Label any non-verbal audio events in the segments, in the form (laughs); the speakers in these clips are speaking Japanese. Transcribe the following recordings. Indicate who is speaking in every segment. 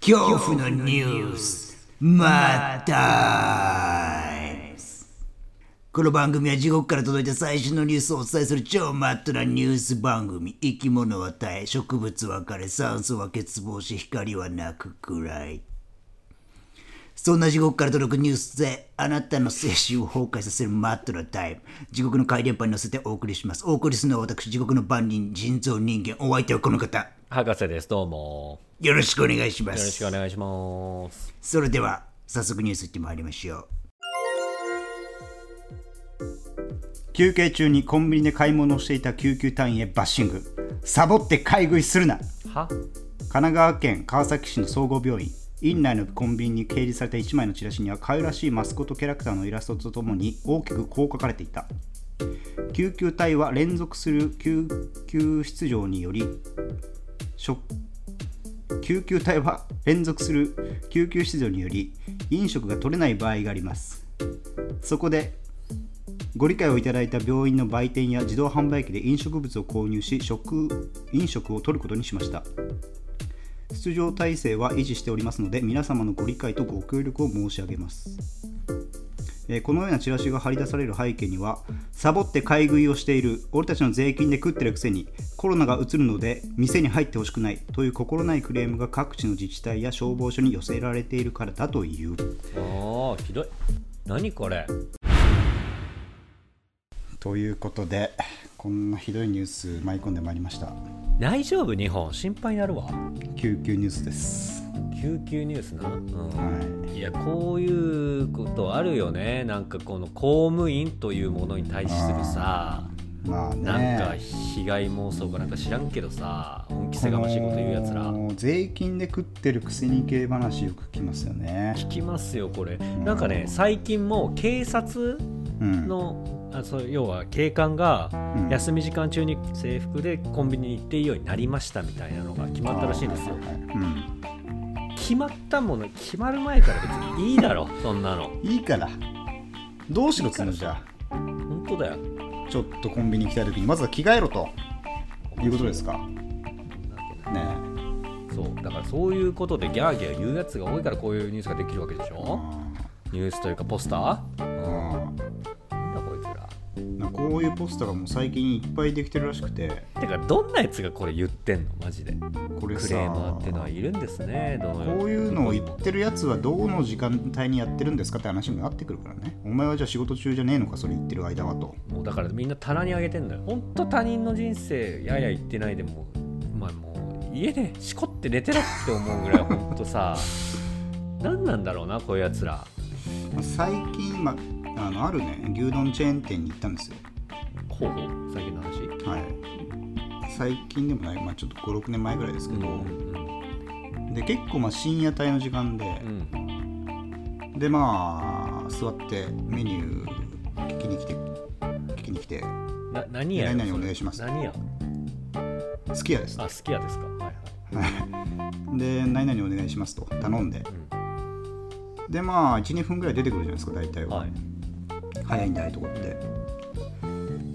Speaker 1: 恐怖のニュースまたこの番組は地獄から届いた最新のニュースをお伝えする超マットなニュース番組生き物は耐え植物は枯れ酸素は欠乏し光はなく暗いそんな地獄から届くニュースであなたの青春を崩壊させるマットなタイム地獄の回電波に乗せてお送りしますお送りするのは私地獄の番人人造人間お相手はこの方
Speaker 2: 博士ですどうも
Speaker 1: よろしくお願いしま
Speaker 2: よろ
Speaker 1: す
Speaker 2: しくお願いします
Speaker 1: それでは早速ニュースいってまいりましょう休憩中にコンビニで買い物をしていた救急隊員へバッシングサボって買い食いするな
Speaker 2: は
Speaker 1: 神奈川県川崎市の総合病院院内のコンビニに掲示された1枚のチラシにはかゆらしいマスコットキャラクターのイラストとともに大きくこう書かれていた救急隊は連続する救急出場により食救急隊は連続する救急出場により飲食が取れない場合がありますそこでご理解をいただいた病院の売店や自動販売機で飲食物を購入し食飲食を取ることにしました出場体制は維持しておりますので皆様のご理解とご協力を申し上げますえーこのようなチラシが貼り出される背景にはサボって買い食いをしている俺たちの税金で食ってるくせにコロナがうつるので店に入ってほしくないという心ないクレームが各地の自治体や消防署に寄せられているからだという
Speaker 2: ああひどい何これ
Speaker 1: ということでこんなひどいニュース舞い込んでまいりました
Speaker 2: 大丈夫日本心配になるわ
Speaker 1: 救急ニュースです
Speaker 2: 救急ニュースなうん
Speaker 1: はい
Speaker 2: やこういうことあるよねなんかこの公務員というものに対するさ
Speaker 1: いまあね
Speaker 2: なんか被害妄想かなんか知らんけどさ恩着せがましいこと言うやつら
Speaker 1: この税金で食ってるくせに系話よく聞きますよね
Speaker 2: 聞きますよこれなんかね最近もう警察
Speaker 1: うん
Speaker 2: のあそう要は警官が
Speaker 1: うん
Speaker 2: 休み時間中に制服でコンビニに行っていいようになりましたみたいなのが決まったらしいんですよ
Speaker 1: あーはいはいはいうん
Speaker 2: 決まったもの決まる前から別にいい
Speaker 1: (laughs)
Speaker 2: だろそんなの
Speaker 1: いいからどうしろっつうのじゃ
Speaker 2: 本当だよ
Speaker 1: あちょっとコンビニ行きたい時にまずは着替えろということですかね
Speaker 2: そうだからそういうことでギャーギャー言うやつが多いからこういうニュースができるわけでし
Speaker 1: え
Speaker 2: ょニュースというかポスターうんなんだこいつら
Speaker 1: うんなんかこういうポスターがもう最近いっぱいできてるらしくて
Speaker 2: てかどんなやつがこれ言ってんのマジで
Speaker 1: これ
Speaker 2: ク
Speaker 1: さ
Speaker 2: レーマーってのはいるんですねどのよ
Speaker 1: こういうのを言ってるやつはどの時間帯にやってるんですかって話になってくるからねお前はじゃあ仕事中じゃねえのかそれ言ってる間はと
Speaker 2: もうだからみんな棚に上げてんのよほんと他人の人生やや言ってないでもうまあもう家でしこって寝てろって思うぐら
Speaker 1: (laughs)
Speaker 2: いほんとさ何なんだろうなこういうやつら
Speaker 1: 最近、まあ、あのあるね牛丼チェーン店に行ったんですよ
Speaker 2: ほうほう最近の話
Speaker 1: はい最近でもない、まあ、ちょっと56年前ぐらいですけど、
Speaker 2: うん
Speaker 1: で結構まあ深夜帯の時間で、
Speaker 2: うん
Speaker 1: でまあ座ってメニュー聞きに来て聞きに来て
Speaker 2: な何や
Speaker 1: 何々お願いします
Speaker 2: 何や
Speaker 1: 好きやです
Speaker 2: あ好きやですかはいはい
Speaker 1: で何々お願いしますと頼んででまあ12分ぐらい出てくるじゃないですか大体
Speaker 2: うん
Speaker 1: は、
Speaker 2: はい
Speaker 1: 早いんだああいうとこって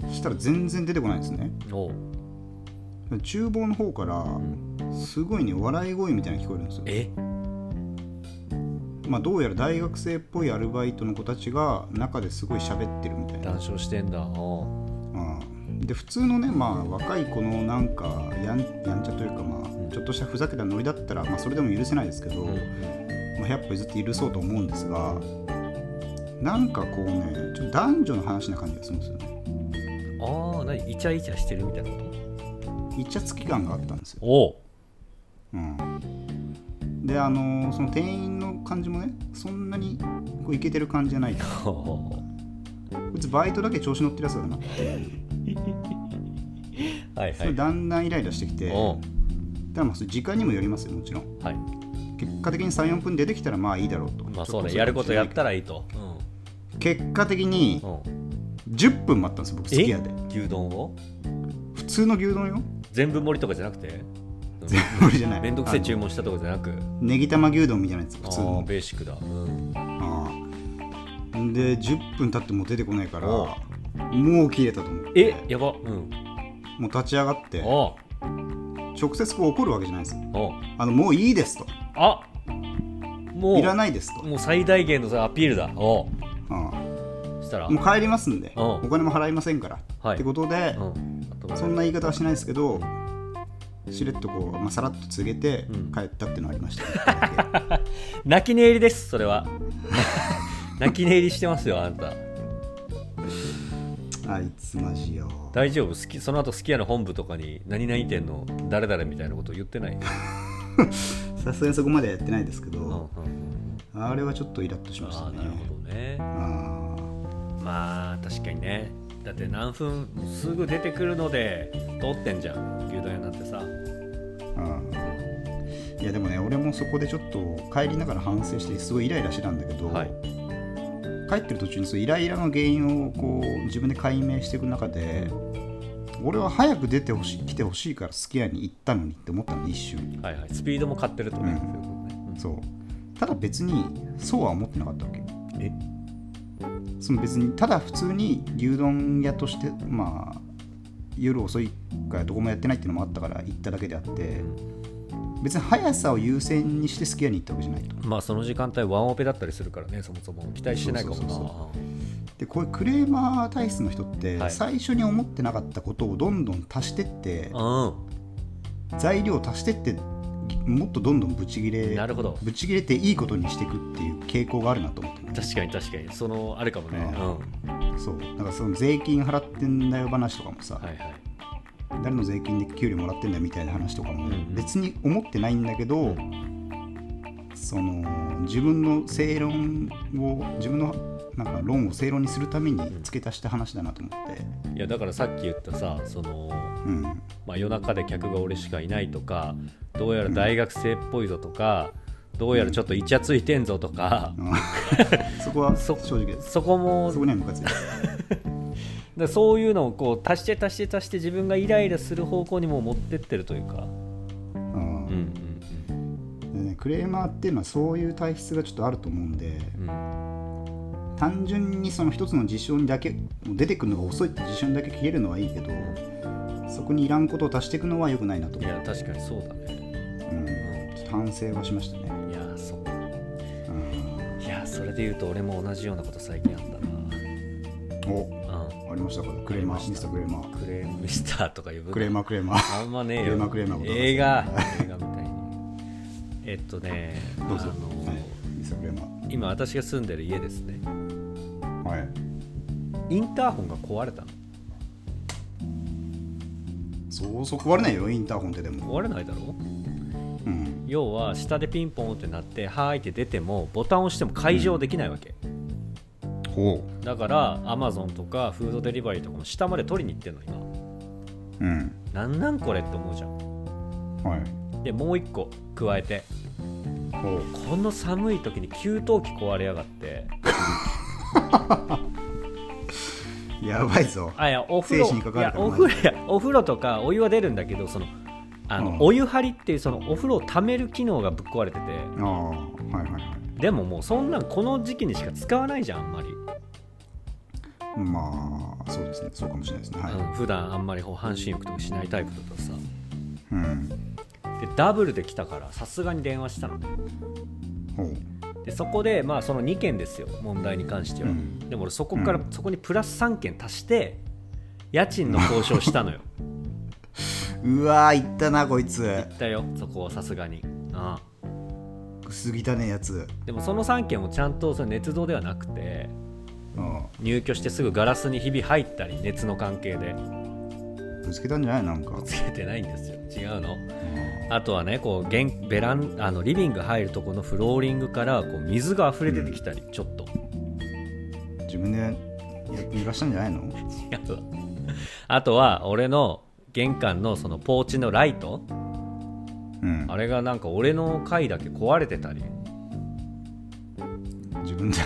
Speaker 1: そしたら全然出てこないんですね
Speaker 2: おう
Speaker 1: 厨房の方から
Speaker 2: ん
Speaker 1: すごいね笑い声みたいなの聞こえるんですよ
Speaker 2: え
Speaker 1: まあどうやら大学生っぽいアルバイトの子たちが中ですごい喋ってるみたいな
Speaker 2: 談笑してんだお
Speaker 1: うんで普通のねまあ若い子のなんかやんやんちゃというかま
Speaker 2: ん
Speaker 1: あちょっとしたふざけたノリだったら、まあ、それでも許せないですけど、
Speaker 2: う
Speaker 1: ま
Speaker 2: うん
Speaker 1: あ、100歩譲って許そうと思うんですがなんかこうねちょっと男女の話な感じがするんですよね
Speaker 2: ああ何イチャイチャしてるみたいなこと
Speaker 1: イチャつき感があったんですよ、
Speaker 2: お
Speaker 1: (laughs)
Speaker 2: う
Speaker 1: うん、であのーその店員の感じもねそんなにこうイケてる感じじゃないこ
Speaker 2: ほうほうほ
Speaker 1: いつバイトだけ調子乗ってるやつだな
Speaker 2: うはい
Speaker 1: そ
Speaker 2: は
Speaker 1: れ
Speaker 2: い
Speaker 1: だんだんイライラしてきて、
Speaker 2: おう
Speaker 1: ただまあそれ時間にもよりますよもちろん
Speaker 2: はい
Speaker 1: 結果的に34分出てきたらまあいいだろうと、
Speaker 2: まあそうね、やることやったらいいと。
Speaker 1: 結果的に
Speaker 2: うんうん、
Speaker 1: 10分待ったんですよ僕すき家で
Speaker 2: 牛丼を
Speaker 1: 普通の牛丼よ (laughs)
Speaker 2: 全部盛りとかじゃなくて、
Speaker 1: 全部俺じゃない
Speaker 2: めんどくせえ
Speaker 1: あの
Speaker 2: 注文したとかじゃなく、
Speaker 1: ネギ玉牛丼みたいなやつ普通
Speaker 2: ああ、
Speaker 1: の
Speaker 2: ベーシックだ。うん、
Speaker 1: ああで10分経ってもう出てこないから
Speaker 2: お
Speaker 1: もう切れたと思って
Speaker 2: え、やば。うん。
Speaker 1: もう立ち上がって
Speaker 2: あ
Speaker 1: 直接こう怒るわけじゃないですよ
Speaker 2: あ、
Speaker 1: あのもういいですと
Speaker 2: あもう
Speaker 1: いらないですと、
Speaker 2: もう最大限のさアピールだお
Speaker 1: うん
Speaker 2: うしたら
Speaker 1: もう帰りますんで
Speaker 2: うん
Speaker 1: お金も払いませんから、
Speaker 2: はい
Speaker 1: ってことで、
Speaker 2: うんあと
Speaker 1: そんな言い方はしないですけどしれっとこう、まあ、さらっと告げて
Speaker 2: うん
Speaker 1: 帰ったっていうのはありました、 (laughs) ね
Speaker 2: 泣き寝入りですそれは (laughs) 泣き寝入りしてますよあんた
Speaker 1: あいつマジよ
Speaker 2: 大丈夫好きその後すき家の本部とかに何々店の誰々みたいなこと言ってない、
Speaker 1: さすがにそこまではやってないですけ
Speaker 2: うんうんう
Speaker 1: ど、
Speaker 2: ん、
Speaker 1: あれはちょっとイラッとしまし
Speaker 2: あ
Speaker 1: た
Speaker 2: あ
Speaker 1: ね
Speaker 2: なるほどね
Speaker 1: あー
Speaker 2: まあ確かにねだって何分すぐ出てくるので通ってんじゃん牛丼屋なんてさ
Speaker 1: うんいやでもね俺もそこでちょっと帰りながら反省してすごいイライラしてたんだけど、
Speaker 2: はい
Speaker 1: 帰ってる途中にそうイライラの原因をこう自分で解明していく中で俺は早く出てほしい来てほしいからすき家に行ったのにって思ったの一瞬
Speaker 2: はいはいスピードも買ってるとね、
Speaker 1: うん
Speaker 2: そういうことね
Speaker 1: そうただ別にそうは思ってなかったわけ
Speaker 2: うんえ
Speaker 1: その別にただ普通に牛丼屋としてまあ夜遅いからどこもやってないっていうのもあったから行っただけであって別に速さを優先にしてすき家に行ったわけじゃないと
Speaker 2: まあその時間帯ワンオペだったりするからねそもそも期待してないかもな
Speaker 1: そうそうでこういうクレーマー体質の人って、
Speaker 2: はい
Speaker 1: 最初に思ってなかったことをどんどん足してって材料を足してってもっとどんどんブチギ
Speaker 2: うん
Speaker 1: レ
Speaker 2: なるほど
Speaker 1: ブチギレていいことにしていくっていう傾向があるなと思ってね
Speaker 2: 確かに確かにそのあれかもね
Speaker 1: あ
Speaker 2: うん
Speaker 1: そうだからその税金払ってんだよ話とかもさ、
Speaker 2: はいはい
Speaker 1: 誰の税金で給料もらってんだよみたいな話とかも、
Speaker 2: うんうん
Speaker 1: 別に思ってないんだけど、
Speaker 2: うん
Speaker 1: その自分の正論を自分のなんか論を正論にするために付け足した話だなと思って、
Speaker 2: いやだからさっき言ったさその、
Speaker 1: うん、
Speaker 2: まあ、夜中で客が俺しかいないとかどうやら大学生っぽいぞとか、どうやらちょっとイチャついてんぞとか、
Speaker 1: そこは正
Speaker 2: そ
Speaker 1: 直です。
Speaker 2: そこも
Speaker 1: そこにはムカついてる
Speaker 2: だそういうのをこう足して足して足して自分がイライラする方向にもう持ってってるというか、
Speaker 1: うん
Speaker 2: うん
Speaker 1: でねクレーマーっていうのはそういう体質がちょっとあると思うんで
Speaker 2: うんうん、
Speaker 1: 単純にその一つの事象にだけ出てくるのが遅いって事象にだけ消えるのはいいけどそこにいらんことを足していくのは良くないなと
Speaker 2: い
Speaker 1: 思う、
Speaker 2: や確かにそうだね、
Speaker 1: うん、ちょっと反省はしましたね、
Speaker 2: いやそう
Speaker 1: うん、
Speaker 2: いやそれで言うと俺も同じようなこと最近あっ
Speaker 1: お
Speaker 2: たな、うん、
Speaker 1: ありましたかクレーマ
Speaker 2: ありま
Speaker 1: ーミス
Speaker 2: した
Speaker 1: タークレーマー
Speaker 2: クレームミスターとか呼ぶ
Speaker 1: クレー
Speaker 2: ム
Speaker 1: マークレーマー
Speaker 2: あんまねえ
Speaker 1: クレー
Speaker 2: よ
Speaker 1: マークレーマーこと
Speaker 2: 映画映画みたいにえっとね
Speaker 1: どうぞ、
Speaker 2: あの、
Speaker 1: はい、ミスタークレーマ
Speaker 2: 今私が住んでる家ですね
Speaker 1: ーはい
Speaker 2: インターホンが壊れたの
Speaker 1: そうそう壊れないよインターホンってでも、
Speaker 2: 壊れないだろ
Speaker 1: うん、
Speaker 2: 要は下でピンポンってなって「はーい」って出てもボタンを押しても解錠できないわけ、
Speaker 1: ほ
Speaker 2: だからアマゾンとかフードデリバリーとかも下まで取りに行ってんの今
Speaker 1: ううん
Speaker 2: なんなんこれって思うじゃん
Speaker 1: はい
Speaker 2: でもう一個加えて
Speaker 1: ほう
Speaker 2: この寒い時に給湯器壊れやがって
Speaker 1: やばいぞ
Speaker 2: あいやお風呂
Speaker 1: 精神に関わるから
Speaker 2: いやお風呂いやお風呂とかお湯は出るんだけどそのあの、
Speaker 1: うん
Speaker 2: お湯張りっていうそのお風呂を溜める機能がぶっ壊れてて
Speaker 1: ああはいはいはい
Speaker 2: でももうそんなんこの時期にしか使わないじゃんあんまり、
Speaker 1: まあそうですねそうかもしれないですねはい、
Speaker 2: うん、普段あんまりこう半身浴とかしないタイプだとさ
Speaker 1: うん、
Speaker 2: でダブルで来たからさすがに電話したのね
Speaker 1: ほう
Speaker 2: でそこでまあその2件ですよ問題に関しては、
Speaker 1: うん
Speaker 2: でも俺そこから、
Speaker 1: うん
Speaker 2: そこにプラス3件足して家賃の交渉した
Speaker 1: (laughs)
Speaker 2: のよ
Speaker 1: うわーいったなこいつ
Speaker 2: だよそこはさすがに、う
Speaker 1: くすぎたねやつ
Speaker 2: ん、でもその3件もちゃんとその熱造ではなくて
Speaker 1: あ
Speaker 2: 入居してすぐガラスにひび入ったり熱の関係で
Speaker 1: あぶつけたんじゃないなんか
Speaker 2: つけてないんですよ違うの
Speaker 1: あ
Speaker 2: あとはねこう玄ベランあのリビング入るとこのフローリングからこう水が溢れ出てきたり、ちょっと
Speaker 1: あ自分でや逃がしたんじゃないの
Speaker 2: 違うわあとは俺の玄関のそのポーチのライト
Speaker 1: うん
Speaker 2: あれがなんか俺の階だけ壊れてたり
Speaker 1: 自分で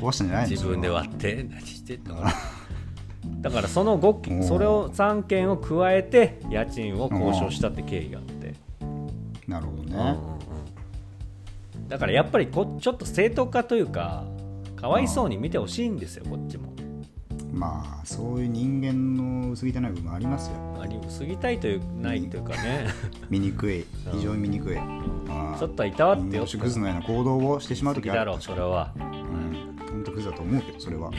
Speaker 1: 壊したんじゃないの
Speaker 2: 自分で割って何してんのかなだからその
Speaker 1: う
Speaker 2: 5
Speaker 1: ん
Speaker 2: それを3件を加えて家賃を交渉したって経緯があって、
Speaker 1: それはなるほど
Speaker 2: うんうんう
Speaker 1: ね
Speaker 2: んだからやっぱりこちょっと正当化というかかわいそうに見てほしいんですよこっちも
Speaker 1: まあそういう人間の薄汚い部分ありますよ
Speaker 2: あり薄ぎたいというないというかね、
Speaker 1: 醜い非常に醜い、ああ
Speaker 2: (laughs) ちょっとはいたわって
Speaker 1: 人間
Speaker 2: よ
Speaker 1: としてクズのような行動をしてしまう
Speaker 2: 好
Speaker 1: 時
Speaker 2: き
Speaker 1: あ
Speaker 2: だ
Speaker 1: る
Speaker 2: ろうそれは
Speaker 1: うん本当クズだと思うけどそれは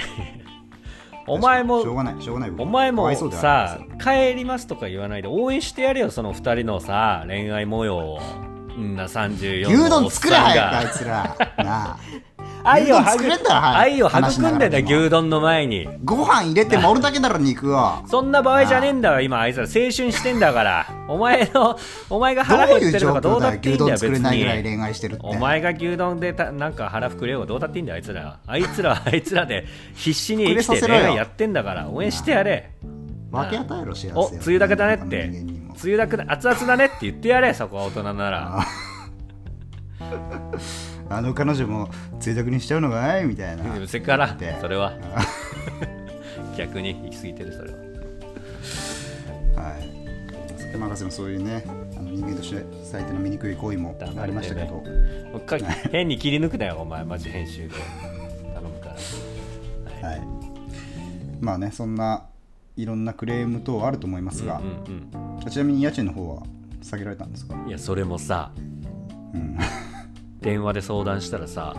Speaker 2: お前
Speaker 1: しょう
Speaker 2: も
Speaker 1: がないしょうがない部分
Speaker 2: お前
Speaker 1: かわ
Speaker 2: も
Speaker 1: いそうではあ
Speaker 2: さ
Speaker 1: るんですよ
Speaker 2: 帰りますとか言わないで応援してやれよその二人のさ恋愛模様をんな34
Speaker 1: 牛
Speaker 2: のおっ
Speaker 1: 丼作れ
Speaker 2: さん
Speaker 1: 早くあ
Speaker 2: が
Speaker 1: いつらなあ
Speaker 2: 愛を
Speaker 1: 牛丼作れんだろ
Speaker 2: は
Speaker 1: 早く
Speaker 2: 愛を育んでんだ
Speaker 1: 話しながらでも
Speaker 2: 牛丼の前に
Speaker 1: ご飯入れて盛るだけだろ肉を
Speaker 2: そんな場合じゃねえんだよ今あいつら青春してんだからお前のお前が
Speaker 1: どう
Speaker 2: 腹減っ
Speaker 1: い
Speaker 2: て
Speaker 1: う
Speaker 2: る
Speaker 1: 状
Speaker 2: のかど
Speaker 1: 況
Speaker 2: うだ
Speaker 1: だよ
Speaker 2: っていい
Speaker 1: 牛
Speaker 2: んだ
Speaker 1: 丼
Speaker 2: よ別
Speaker 1: 作れないぐらい
Speaker 2: に
Speaker 1: 恋愛してるって
Speaker 2: お前が牛丼でたなんか腹膨れようがどうだっていいんだよあいつらあいつらはあいつらで必死に生き
Speaker 1: 膨れさ
Speaker 2: て
Speaker 1: せ
Speaker 2: 恋
Speaker 1: ろよ
Speaker 2: 愛やってんだから応援してやれ
Speaker 1: 分け与えろ幸せを
Speaker 2: お梅雨だけだねっ
Speaker 1: 他
Speaker 2: て
Speaker 1: の人間に
Speaker 2: 梅
Speaker 1: も
Speaker 2: 雨だけだ熱々だねって言ってやれそこは大人なら
Speaker 1: ああの彼女も梅雨だけにしちゃうのかいみたいな
Speaker 2: うせから
Speaker 1: で
Speaker 2: それは (laughs) 逆に行き過ぎてるそれは
Speaker 1: はい。マガセもそういうね、あの人間として最低の醜い行為もありましたけど、
Speaker 2: もう一回変に切り抜くなよお前マジ編集で頼むから
Speaker 1: はい。まあね、そんないろんなクレーム等あると思いますが
Speaker 2: う、ん
Speaker 1: ちなみに家賃の方は下げられたんですか。
Speaker 2: うんいやそれもさ
Speaker 1: うん。
Speaker 2: 電話で相談したらさ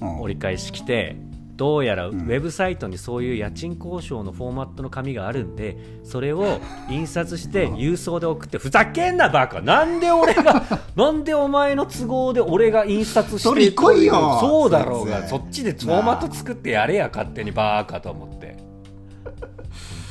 Speaker 1: うん
Speaker 2: 折り返し来てどうやらウェブサイトにそういう家賃交渉のフォーマットの紙があるんでそれを印刷して郵送で送ってふざけんなバカなんで
Speaker 1: (laughs)
Speaker 2: 俺がなんでお前の都合で俺が印刷して
Speaker 1: 取り来いよ
Speaker 2: そうだろうが
Speaker 1: 先生
Speaker 2: そっちでフォーマット作ってやれや勝手にバカと思って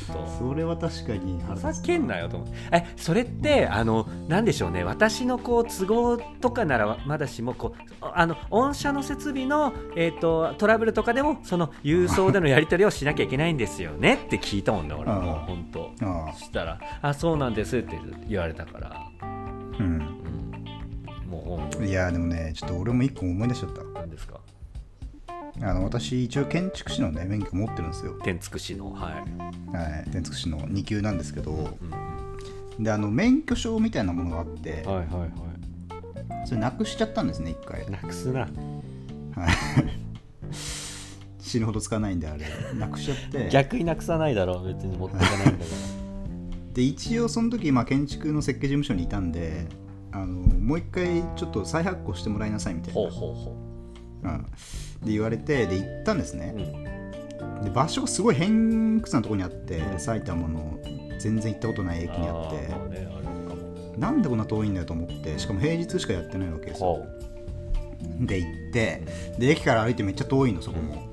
Speaker 2: ほんと
Speaker 1: それは確かに
Speaker 2: ふ
Speaker 1: 腹
Speaker 2: ざ
Speaker 1: 立つ
Speaker 2: けんなよと思ってえそれってあのなんでしょうね私のこう都合とかならまだしもこうあの御社の設備の、えー、とトラブルとかでもその郵送でのやり取りをしなきゃいけないんですよね (laughs) って聞いたもんだ俺
Speaker 1: うん
Speaker 2: もう本当
Speaker 1: ああ
Speaker 2: そしたら「あそうなんです」って言われたから、
Speaker 1: うん。
Speaker 2: うん、もう本当
Speaker 1: いやでもね、ちょっと俺も一個思い出しちゃった。
Speaker 2: なんですか
Speaker 1: あの私一応建築士のね免許持ってるんですよ。
Speaker 2: 天竺市のはい、
Speaker 1: はい。建築士の2級なんですけど、
Speaker 2: うん
Speaker 1: であの免許証みたいなものがあって、
Speaker 2: はいはいは
Speaker 1: それなくしちゃったんですね一回
Speaker 2: い。なくすな
Speaker 1: はい死ぬほど使わないんであれなくしちゃって
Speaker 2: 逆になくさないだろ別に持っていかないんだから
Speaker 1: で一応その時、まあ、建築の設計事務所にいたんであのもう一回ちょっと再発行してもらいなさいみたいな、
Speaker 2: (laughs) ほうほうほ
Speaker 1: うんで言われてで行ったんですね
Speaker 2: う、う、ん、
Speaker 1: で場所がすごい偏屈なとこにあって埼玉の全然行ったことない駅にあっ
Speaker 2: ーまあ
Speaker 1: て
Speaker 2: ねあれかも
Speaker 1: なんでこんな遠いんだよと思ってしかも平日しかやってないわけですよ
Speaker 2: ほう
Speaker 1: で行ってで駅から歩いてめっちゃ遠いのそこも、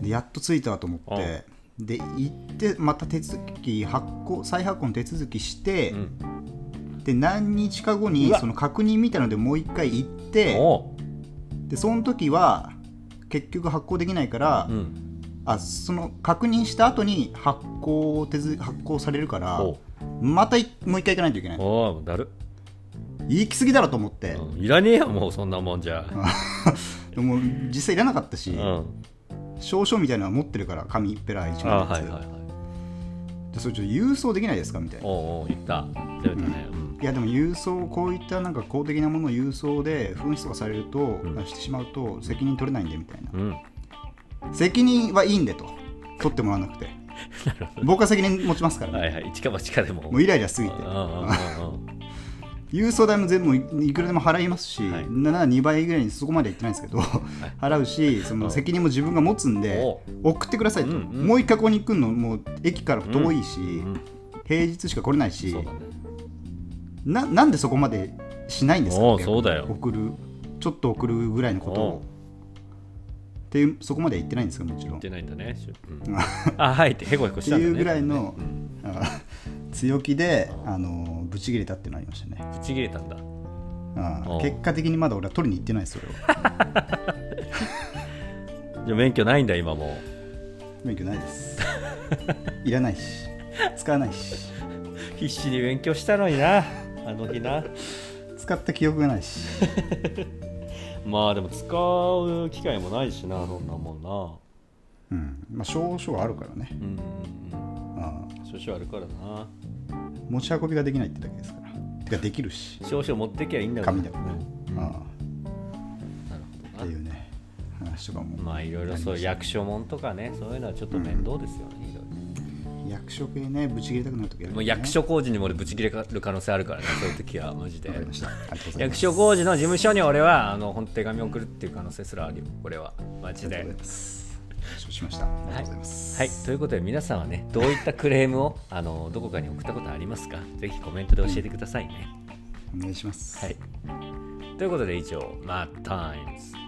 Speaker 1: でやっと着いたわと思って、で行ってまた手続き発行再発行の手続きして、
Speaker 2: うん
Speaker 1: で何日か後
Speaker 2: う
Speaker 1: に
Speaker 2: わ
Speaker 1: その確認みたいのでもう一回行って
Speaker 2: お
Speaker 1: でその時は結局発行できないから、
Speaker 2: う、うん、
Speaker 1: あその確認した後に発行を手続発行されるから
Speaker 2: お
Speaker 1: またいもう一回行かないといけない
Speaker 2: おうだる、
Speaker 1: 行き過ぎだろと思って、
Speaker 2: うん、いらねえよもうそんなもんじゃ
Speaker 1: (laughs) でも実際いらなかったし、
Speaker 2: うん
Speaker 1: 証書みたいなのは持ってるから紙ペラ一枚のや
Speaker 2: あ
Speaker 1: つ、
Speaker 2: はいはいはい
Speaker 1: でそれちょっと郵送できないですかみたいな。
Speaker 2: おうおう言った言ったね、うん
Speaker 1: いやでも郵送こういったなんか公的なものを郵送で紛失とかされると、
Speaker 2: ん
Speaker 1: してしまうと責任取れないんでみたいな、
Speaker 2: うん、
Speaker 1: 責任はいいんでと取ってもらわなく
Speaker 2: (laughs)
Speaker 1: て僕は責任持ちますから、ね
Speaker 2: はいはい一か八かでも
Speaker 1: もうイライラしすぎて
Speaker 2: うんうんうんうん
Speaker 1: 郵送代も全部いいくらでも払いますし、
Speaker 2: はい
Speaker 1: なな2倍ぐらいにそこまでは言ってないですけど払うしその責任も自分が持つんで
Speaker 2: お
Speaker 1: 送ってくださいと、
Speaker 2: うんうん
Speaker 1: もう一回ここに来るのもう駅から遠いし、
Speaker 2: ん
Speaker 1: 平日しか来れないし、
Speaker 2: そうだね
Speaker 1: ななんでそこまでしないんですか
Speaker 2: お
Speaker 1: っ
Speaker 2: う
Speaker 1: て
Speaker 2: そうだよ
Speaker 1: 送るちょっと送るぐらいのこと
Speaker 2: おう
Speaker 1: をっていうそこまでは言ってないんですかもちろん
Speaker 2: 言っ
Speaker 1: って
Speaker 2: ないんだね、うん
Speaker 1: うん
Speaker 2: あはいってへこへこしてたんだ
Speaker 1: い
Speaker 2: ね
Speaker 1: うぐらいの、
Speaker 2: うん
Speaker 1: あ強気であのぶち切れたっていうのありましたね
Speaker 2: ぶち切れたんだ
Speaker 1: あ
Speaker 2: おう
Speaker 1: 結果的にまだ俺は取りに行ってないですよ俺は
Speaker 2: じゃあ免許ないんだ今も
Speaker 1: 免許ないです
Speaker 2: (laughs)
Speaker 1: いらないし使わないし
Speaker 2: う必死に勉強したのになあの日な
Speaker 1: 使った記憶がないし
Speaker 2: まあでも使う機会もないしなそんなもんな
Speaker 1: うんまあ証書はあるからね
Speaker 2: うんうん
Speaker 1: あ
Speaker 2: うん少々あるからな
Speaker 1: 持ち運びができないってだけですからてかできるし
Speaker 2: 少々持ってきゃいいんだから
Speaker 1: 紙だからね
Speaker 2: うん
Speaker 1: あ
Speaker 2: な
Speaker 1: っ
Speaker 2: る
Speaker 1: て
Speaker 2: ほどな
Speaker 1: いうね話話とかも、
Speaker 2: まあいろいろそう役所もんとかねそういうのはちょっと面倒ですよね、いろいろね
Speaker 1: 役所系ねぶち切れたくなるときある
Speaker 2: もう役所工事にも俺ぶち切れる可能性あるからねそういう時はマジで
Speaker 1: わかりましたありがとうございま
Speaker 2: 役
Speaker 1: す
Speaker 2: 所工事の事務所に俺はあの本手紙送るっていう可能性すらあるよ俺はマジ
Speaker 1: ありがとう
Speaker 2: で
Speaker 1: ございます承知しましたありがとうございます
Speaker 2: はいということで皆さんはねどういったクレームをあのどこかに送ったことありますかぜひコメントで教えてくださいね
Speaker 1: お願いします
Speaker 2: はいということで以上マッタイムズ